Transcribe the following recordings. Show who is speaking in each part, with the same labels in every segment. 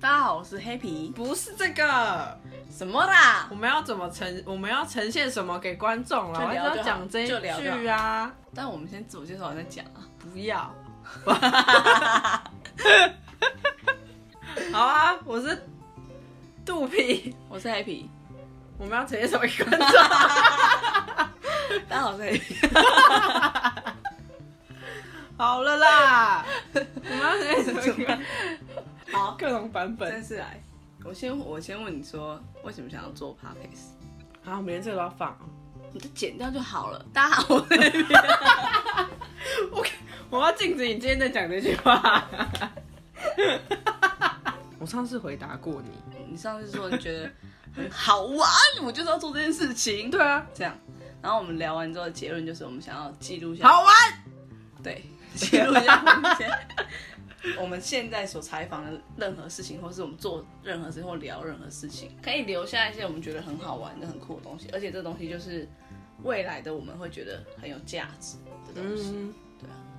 Speaker 1: 大家好，我是黑皮。
Speaker 2: 不是这个，
Speaker 1: 什么啦
Speaker 2: 我？们要怎么呈？我们要呈现什么给观众了？
Speaker 1: 就
Speaker 2: 我
Speaker 1: 聊就是
Speaker 2: 还
Speaker 1: 好
Speaker 2: 要讲这一
Speaker 1: 就聊
Speaker 2: 句啊！
Speaker 1: 但我们先自我介绍完再讲啊。
Speaker 2: 不 要。好啊，我是肚皮。
Speaker 1: 我是黑皮，
Speaker 2: 我们要呈现什么给观 众？
Speaker 1: 大家好，我是黑皮。
Speaker 2: 好了啦，我们要呈现什么给 观众？
Speaker 1: 好
Speaker 2: 各种版
Speaker 1: 真
Speaker 2: 本。
Speaker 1: 是来，我先我先问你说，为什么想要做 podcast？
Speaker 2: 好，我们连这个都要放。
Speaker 1: 你就剪掉就好了。大家好，我是
Speaker 2: 我要禁止你今天在讲这句话。 我上次回答过你。
Speaker 1: 你上次说你觉得很好玩，我就是要做这件事情。
Speaker 2: 对啊，
Speaker 1: 这样，然后我们聊完之后的结论就是，我们想要记录一下，
Speaker 2: 好玩。
Speaker 1: 对，记录一下我们现在我们现在所采访的任何事情，或是我们做任何事情或聊任何事情，可以留下一些我们觉得很好玩的、很酷的东西，而且这东西就是未来的我们会觉得很有价值的东西。啊
Speaker 2: 嗯，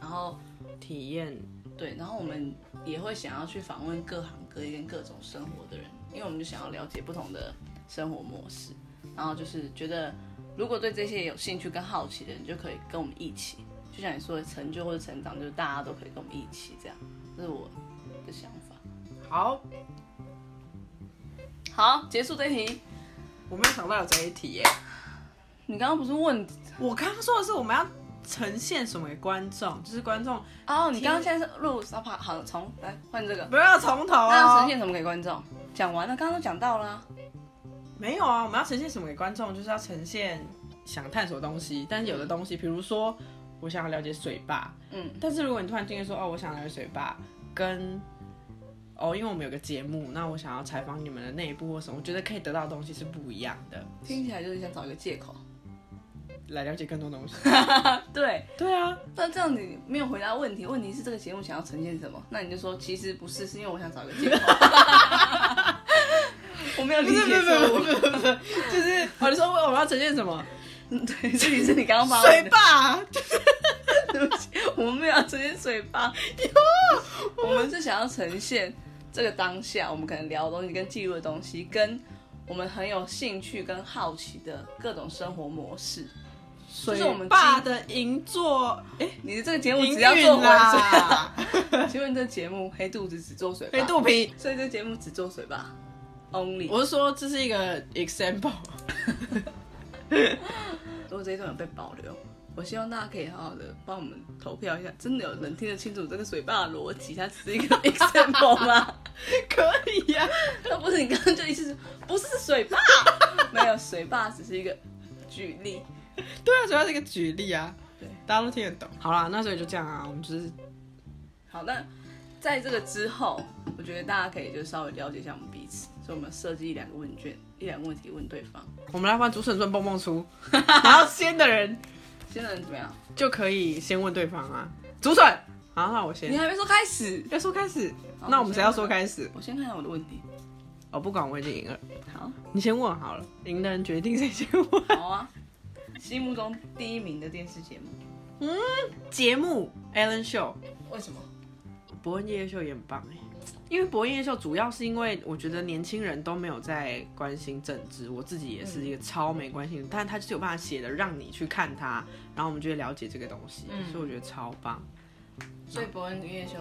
Speaker 1: 然后
Speaker 2: 体验
Speaker 1: 对，然后我们也会想要去访问各行各业跟各种生活的人，因为我们就想要了解不同的生活模式，然后就是觉得如果对这些有兴趣跟好奇的人，就可以跟我们一起，就像你说的成就或者成长，就是大家都可以跟我们一起这样，这是我的想法。
Speaker 2: 好，
Speaker 1: 好，结束这一题。
Speaker 2: 我没有想到有这一题耶。
Speaker 1: 你刚刚不是问
Speaker 2: 我刚刚说的是我们要呈现什么给观众，就是观众
Speaker 1: 哦？你刚刚现在是录沙发，好，从来换这个。
Speaker 2: 不要从头
Speaker 1: 那要呈
Speaker 2: 哦。
Speaker 1: 现什么给观众？讲完了，刚刚都讲到了啊。
Speaker 2: 没有啊，我们要呈现什么给观众，就是要呈现想探索的东西。但是有的东西，比如说我想要了解水坝，
Speaker 1: 嗯，
Speaker 2: 但是如果你突然进去说哦，我想了解水坝，跟哦，因为我们有个节目，那我想要采访你们的内部或什么，我觉得可以得到的东西是不一样的，
Speaker 1: 听起来就是想找一个借口。
Speaker 2: 来了解更多东西。
Speaker 1: 对，
Speaker 2: 对啊，
Speaker 1: 那这样你没有回答问题，问题是这个节目想要呈现什么？那你就说其实不是，是因为我想找一个借口。 我没有理
Speaker 2: 不是不
Speaker 1: 解
Speaker 2: 是
Speaker 1: 错
Speaker 2: 不
Speaker 1: 误。
Speaker 2: 是不是 不是，就是我你说我们要呈现什么？
Speaker 1: 对，这里是你刚刚发问
Speaker 2: 水
Speaker 1: 的。
Speaker 2: 坝。
Speaker 1: 对不起，我们没有要呈现水吧？我们是想要呈现这个当下，我们可能聊的东西跟记录的东西，跟我们很有兴趣跟好奇的各种生活模式。
Speaker 2: 水
Speaker 1: 是我们
Speaker 2: 坝
Speaker 1: 今
Speaker 2: 的银座，啊哎、
Speaker 1: 你的这个节目
Speaker 2: 营
Speaker 1: 只要做
Speaker 2: 运
Speaker 1: 回水，
Speaker 2: 啦，
Speaker 1: 请问这节目黑肚子只做水吧？
Speaker 2: 黑肚皮。
Speaker 1: 所以这节目只做水吧，only。
Speaker 2: 我是说这是一个 example，
Speaker 1: 如果这一段有被保留，我希望大家可以好好的帮我们投票一下，真的有人听得清楚这个水坝的逻辑，它只是一个 example 吗？
Speaker 2: 可以啊呀、
Speaker 1: 那不是你刚刚就意思是不是水坝， 没有水坝只是一个举例。
Speaker 2: 对啊，主要是一个举例啊，
Speaker 1: 对，
Speaker 2: 大家都听得懂。好啦，那所以就这样啊，我们就是
Speaker 1: 好，那在这个之后，我觉得大家可以就稍微了解一下我们彼此，所以我们设计一两个问卷，一两个问题问对方，
Speaker 2: 我们来玩竹笋炖蹦蹦出，然后先的人
Speaker 1: 现在怎么样？
Speaker 2: 就可以先问对方啊，竹笋，好，那我
Speaker 1: 你
Speaker 2: 先
Speaker 1: 还没说开始，
Speaker 2: 要说开始，
Speaker 1: 好
Speaker 2: 那我们啊谁要说开始？
Speaker 1: 我先看一下我的问题。
Speaker 2: 哦，不管我已经赢了，
Speaker 1: 好，
Speaker 2: 你先问好了，赢的人决定谁先问。
Speaker 1: 好啊，心目中第一名的电视节目，
Speaker 2: 节目 Alan Show。
Speaker 1: 为什么？
Speaker 2: 伯恩夜夜秀也很棒哎，因为伯恩夜夜秀主要是因为我觉得年轻人都没有在关心政治，我自己也是一个超没关心的，但他就是有办法写的让你去看他，然后我们就会了解这个东西，
Speaker 1: 嗯
Speaker 2: 所以我觉得超棒。
Speaker 1: 所以伯恩音乐秀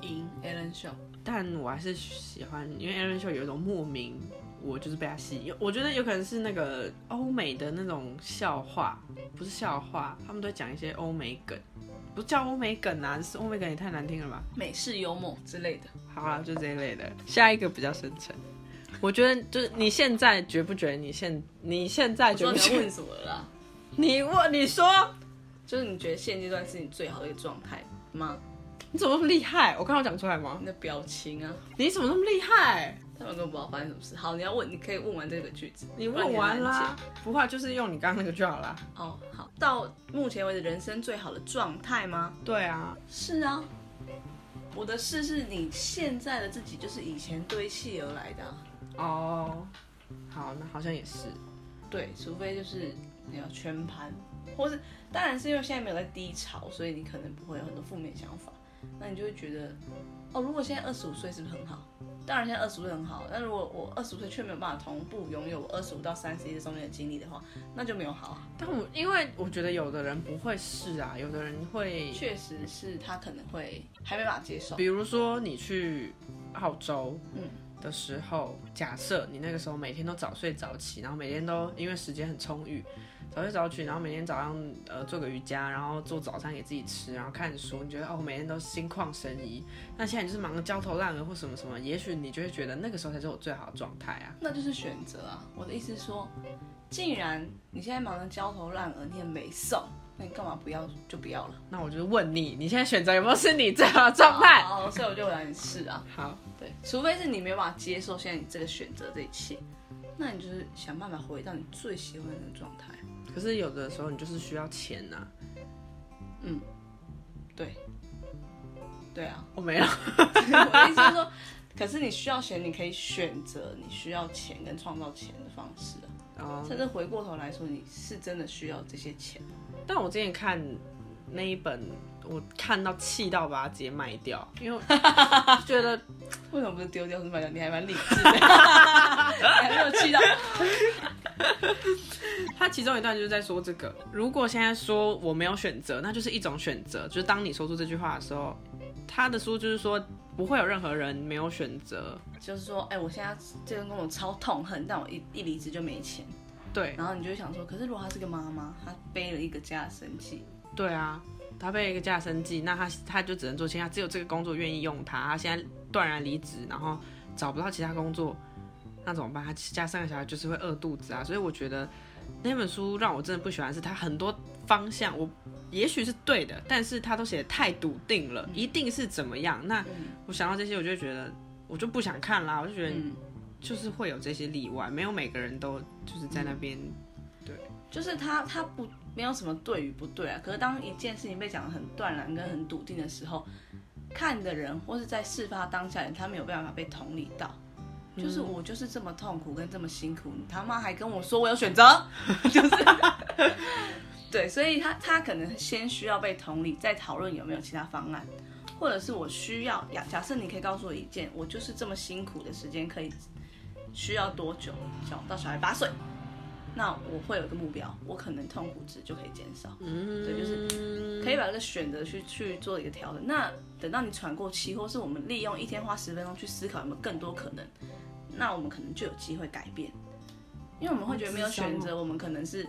Speaker 1: 赢 Alan 秀，
Speaker 2: 但我还是喜欢，因为 Aaron 秀有一种莫名，我就是被他吸引。有我觉得有可能是那个欧美的那种笑话，不是笑话，他们都会讲一些欧美梗，不叫欧美梗啊，是欧美梗也太难听了吧？
Speaker 1: 美式幽默之类的。
Speaker 2: 好啦，就这一类的。下一个比较深沉，我觉得就是你现在觉不觉得你现你现在
Speaker 1: 我
Speaker 2: 觉
Speaker 1: 知道
Speaker 2: 不
Speaker 1: 你
Speaker 2: 觉
Speaker 1: 要
Speaker 2: 得
Speaker 1: 问什么了啦，
Speaker 2: 你问你说
Speaker 1: 就是你觉得现阶段是你最好的一个状态吗？
Speaker 2: 你怎么那么厉害？我刚刚有讲出来吗
Speaker 1: 你？的表情啊，
Speaker 2: 你怎么那么厉害？
Speaker 1: 他们根本不知道发生什么事。好，你要问，你可以问完这个句子。
Speaker 2: 你问完
Speaker 1: 不然你很
Speaker 2: 啦
Speaker 1: 难，
Speaker 2: 不怕就是用你刚刚那个就好啦。
Speaker 1: 解。哦，好，到目前为止人生最好的状态吗？
Speaker 2: 对啊，
Speaker 1: 是啊，我的是是你现在的自己，就是以前堆砌而来的啊、
Speaker 2: 哦、好，那好像也是。
Speaker 1: 对，除非就是你要全盘，或是当然是因为现在没有在低潮，所以你可能不会有很多负面想法，那你就会觉得哦，如果现在二十五岁是不是很好？当然现在二十五岁很好，但如果我二十五岁却没有办法同步拥有我二十五到三十一这中间的经历的话，那就没有好啊。
Speaker 2: 但我因为我觉得有的人不会试啊，有的人会，
Speaker 1: 确实是他可能会还没办法接受，
Speaker 2: 比如说你去澳洲，
Speaker 1: 嗯
Speaker 2: 的时候，假设你那个时候每天都早睡早起，然后每天都因为时间很充裕，早睡早起，然后每天早上呃做个瑜伽，然后做早餐给自己吃，然后看书，你觉得哦我每天都心旷神怡，那现在你就是忙得焦头烂额或什么什么，也许你就会觉得那个时候才是我最好的状态啊。
Speaker 1: 那就是选择啊。我的意思是说，既然你现在忙得焦头烂额，你也没送，那你干嘛不要就不要了？
Speaker 2: 那我就是问你，你现在选择有没有是你最好的状态？
Speaker 1: 哦，所以我就来试啊。
Speaker 2: 好，
Speaker 1: 对，除非是你没有办法接受现在你这个选择这一切，那你就是想办法回到你最喜欢的那个状态。
Speaker 2: 可是有的时候你就是需要钱啊呐、
Speaker 1: 对啊，
Speaker 2: 我哦没 有，
Speaker 1: 我的意思是 说，可是你需要钱，你可以选择你需要钱跟创造钱的方式啊。
Speaker 2: 哦，
Speaker 1: 甚至回过头来说，你是真的需要这些钱吗。
Speaker 2: 但我之前看那一本，我看到气到把它直接卖掉，因为我就觉得
Speaker 1: 为什么不是丢掉是买掉？你还蛮理智 的，你还没有气到。
Speaker 2: 他其中一段就是在说这个。如果现在说我没有选择，那就是一种选择。就是当你说出这句话的时候，他的书就是说不会有任何人没有选择。
Speaker 1: 就是说，哎、我现在这份工作超痛恨，但我一一离职就没钱。
Speaker 2: 对
Speaker 1: 然后你就会想说，可是如果她是个妈妈，她背了一个家的生气，
Speaker 2: 对啊，他被一个架生计，那他他就只能做签下，只有这个工作愿意用他。他现在断然离职，然后找不到其他工作，那怎么办？他加三个小孩就是会饿肚子啊。所以我觉得那本书让我真的不喜欢，是他很多方向我也许是对的，但是他都写的太笃定了，一定是怎么样。那我想到这些，我就会觉得我就不想看啦，我就觉得
Speaker 1: 嗯，
Speaker 2: 就是会有这些例外，没有每个人都就是在那边。
Speaker 1: 就是她她不没有什么对与不对啊。可是当一件事情被讲得很断然跟很笃定的时候，看的人或是在事发当下的人，他没有办法被同理到。就是我就是这么痛苦跟这么辛苦，你他妈还跟我说我有选择，就是对，所以他他可能先需要被同理，再讨论有没有其他方案，或者是我需要假假设你可以告诉我一件，我就是这么辛苦的时间可以需要多久？像我到小孩八岁，那我会有一个目标，我可能痛苦值就可以减少，
Speaker 2: 嗯，
Speaker 1: 对就是可以把这个选择去去做一个调整。那等到你喘过气，或是我们利用一天花十分钟去思考有没有更多可能，那我们可能就有机会改变。因为我们会觉得没有选择，我们可能是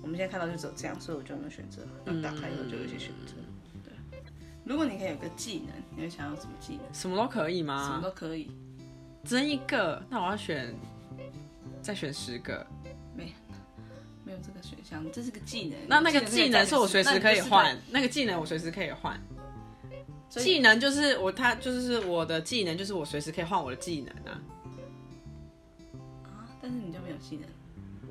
Speaker 1: 我们现在看到就只有这样，所以我就没有选择。那
Speaker 2: 嗯
Speaker 1: 打开以后就有一些选择。对，如果你可以有个技能，你会想要什么技能？
Speaker 2: 什么都可以吗？
Speaker 1: 什么都可以。
Speaker 2: 只剩一个，那我要选，再选十个。
Speaker 1: 没有这个选项，这是个技能。
Speaker 2: 那那个技能是我随时可以
Speaker 1: 那
Speaker 2: 换
Speaker 1: 你，
Speaker 2: 那个技能我随时可以换。
Speaker 1: 就是。所以
Speaker 2: 技能就是我，它就是我的技能，就是我随时可以换我的技能啊，
Speaker 1: 啊，但是你就没有技能，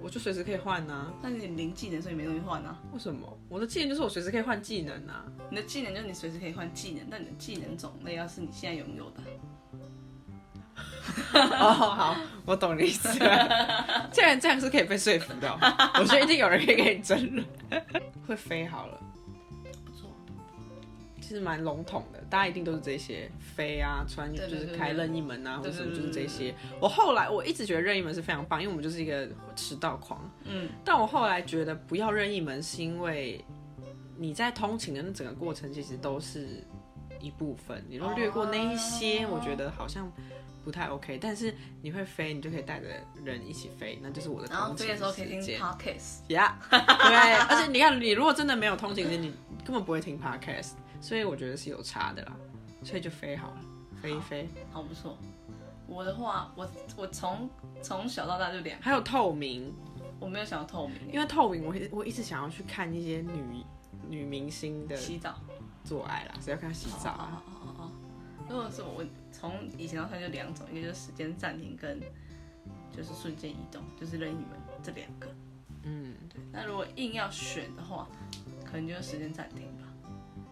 Speaker 2: 我就随时可以换啊。
Speaker 1: 但是你零技能，所以没东西换啊。
Speaker 2: 为什么？我的技能就是我随时可以换技能 啊。
Speaker 1: 你的技能就是你随时可以换技能，但你的技能种类要是你现在拥有的，
Speaker 2: 哦，好，我懂你意思了。既然这样是可以被说服的哦、我觉得一定有人可以跟你争论。会飞好了，
Speaker 1: 不错。
Speaker 2: 其实蛮笼统的，大家一定都是这些飞啊、穿，就
Speaker 1: 对对
Speaker 2: 是
Speaker 1: 对
Speaker 2: 开
Speaker 1: 对
Speaker 2: 任意门啊，或
Speaker 1: 对
Speaker 2: 者
Speaker 1: 对
Speaker 2: 什么，
Speaker 1: 对
Speaker 2: 就
Speaker 1: 对
Speaker 2: 是
Speaker 1: 对
Speaker 2: 这些。我后来我一直觉得任意门是非常棒，因为我们就是一个迟到狂。
Speaker 1: 嗯，
Speaker 2: 但我后来觉得不要任意门，是因为你在通勤的那整个过程其实都是一部分，你都略过那一些，
Speaker 1: 哦
Speaker 2: 我觉得好像不太 OK。但是你会飞，你就可以带着人一起飞，那就是我的
Speaker 1: 然后
Speaker 2: 通
Speaker 1: 飞
Speaker 2: 勤
Speaker 1: 的时候可以
Speaker 2: 时
Speaker 1: 听
Speaker 2: 间。
Speaker 1: podcast，
Speaker 2: 呀 对，而且你看，你如果真的没有通勤时间，你根本不会听 podcast，所以我觉得是有差的啦，所以就飞好了，飞一飞。
Speaker 1: 好不错。我的话，我我从从小到大就两，
Speaker 2: 还有透明，
Speaker 1: 我没有想要透明，
Speaker 2: 因为透明我一我一直想要去看一些女女明星的
Speaker 1: 洗澡，
Speaker 2: 做爱啦，谁要看她洗澡啊？
Speaker 1: 哦哦哦哦。如果是我，我从以前到现在就两种，一个就是时间暂停跟就是瞬间移动，就是任意门这两个。
Speaker 2: 嗯，
Speaker 1: 对，那如果硬要选的话，可能就是时间暂停吧，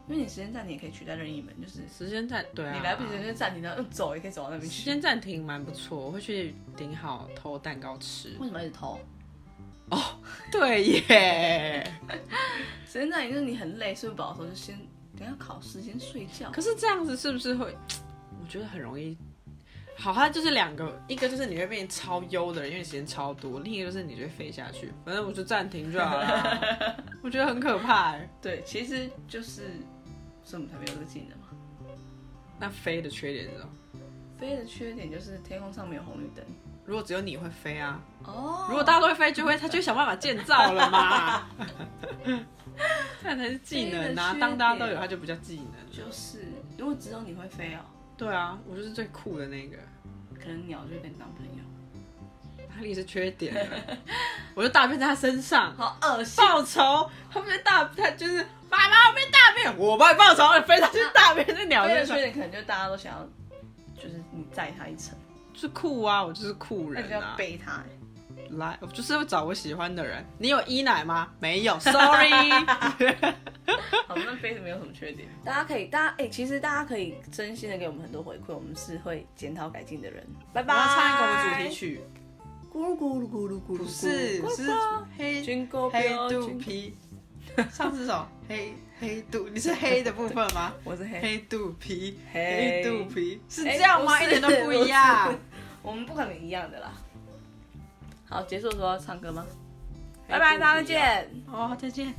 Speaker 1: 因为你时间暂停也可以取代任意门，就是
Speaker 2: 时间暂对啊，
Speaker 1: 哦你来不及时间暂停，然后走也可以走到那边
Speaker 2: 时
Speaker 1: 去。
Speaker 2: 间暂停蛮不错，我会去顶好偷蛋糕吃。
Speaker 1: 为什么要一直偷？
Speaker 2: 对 耶，
Speaker 1: 时间暂停就是你很累睡不饱的时候，就先等一下考试先睡觉。
Speaker 2: 可是这样子是不是会？我觉得很容易。好，它就是两个，一个就是你会变超优的人，因为你时间超多；另一个就是你就会飞下去。反正我就暂停就好了啊。 我觉得很可怕欸。
Speaker 1: 对，其实就是，所以我们才没有这个技能嘛。
Speaker 2: 那飞的缺点是什么？
Speaker 1: 飞的缺点就是天空上没有红绿灯。
Speaker 2: 如果只有你会飞啊，
Speaker 1: 哦
Speaker 2: 如果大家都会飞，就会他就会想办法建造 了嘛。这样才是技能啊！
Speaker 1: 飞的缺点
Speaker 2: 当大家都有，它就不叫技能。
Speaker 1: 就是，如果只有你会飞哦，
Speaker 2: 对啊，我就是最酷的那个。
Speaker 1: 可能鸟就会跟你当朋友。
Speaker 2: 哪里是缺点呢？ 我就大便在他身上，
Speaker 1: 好恶心！
Speaker 2: 报仇。他被大，他就是妈妈我被大便，我被报仇，飞他去大便，那鸟
Speaker 1: 飞的
Speaker 2: 就
Speaker 1: 缺
Speaker 2: 说
Speaker 1: 点可能就大家都想要，就是你载他一程，
Speaker 2: 是酷啊，我就是酷
Speaker 1: 那你
Speaker 2: 人
Speaker 1: 就
Speaker 2: 啊
Speaker 1: 要。背他、 欸。
Speaker 2: 来，我就是会找我喜欢的人。你有一奶吗？没 有，sorry。
Speaker 1: 好，那杯子没有什么缺点。大家可以，大家哎、其实大家可以真心的给我们很多回馈，我们是会检讨改进的人。拜
Speaker 2: 我
Speaker 1: 拜。
Speaker 2: 要唱一个我主题。曲，
Speaker 1: 咕噜咕噜咕噜咕噜。
Speaker 2: 不是是黑
Speaker 1: 军歌
Speaker 2: 黑
Speaker 1: 标
Speaker 2: 肚皮，唱这首黑黑肚，你是黑的部分吗？
Speaker 1: 我是黑。
Speaker 2: 黑肚皮，
Speaker 1: 黑
Speaker 2: 黑肚皮是
Speaker 1: 哎
Speaker 2: 这样吗？
Speaker 1: 不
Speaker 2: 一
Speaker 1: 是
Speaker 2: 点都不一样
Speaker 1: 不是。我们不可能一样的啦。
Speaker 2: 啊
Speaker 1: 好，结束的时候要唱歌吗？拜拜，大家再见。
Speaker 2: 哦，再见。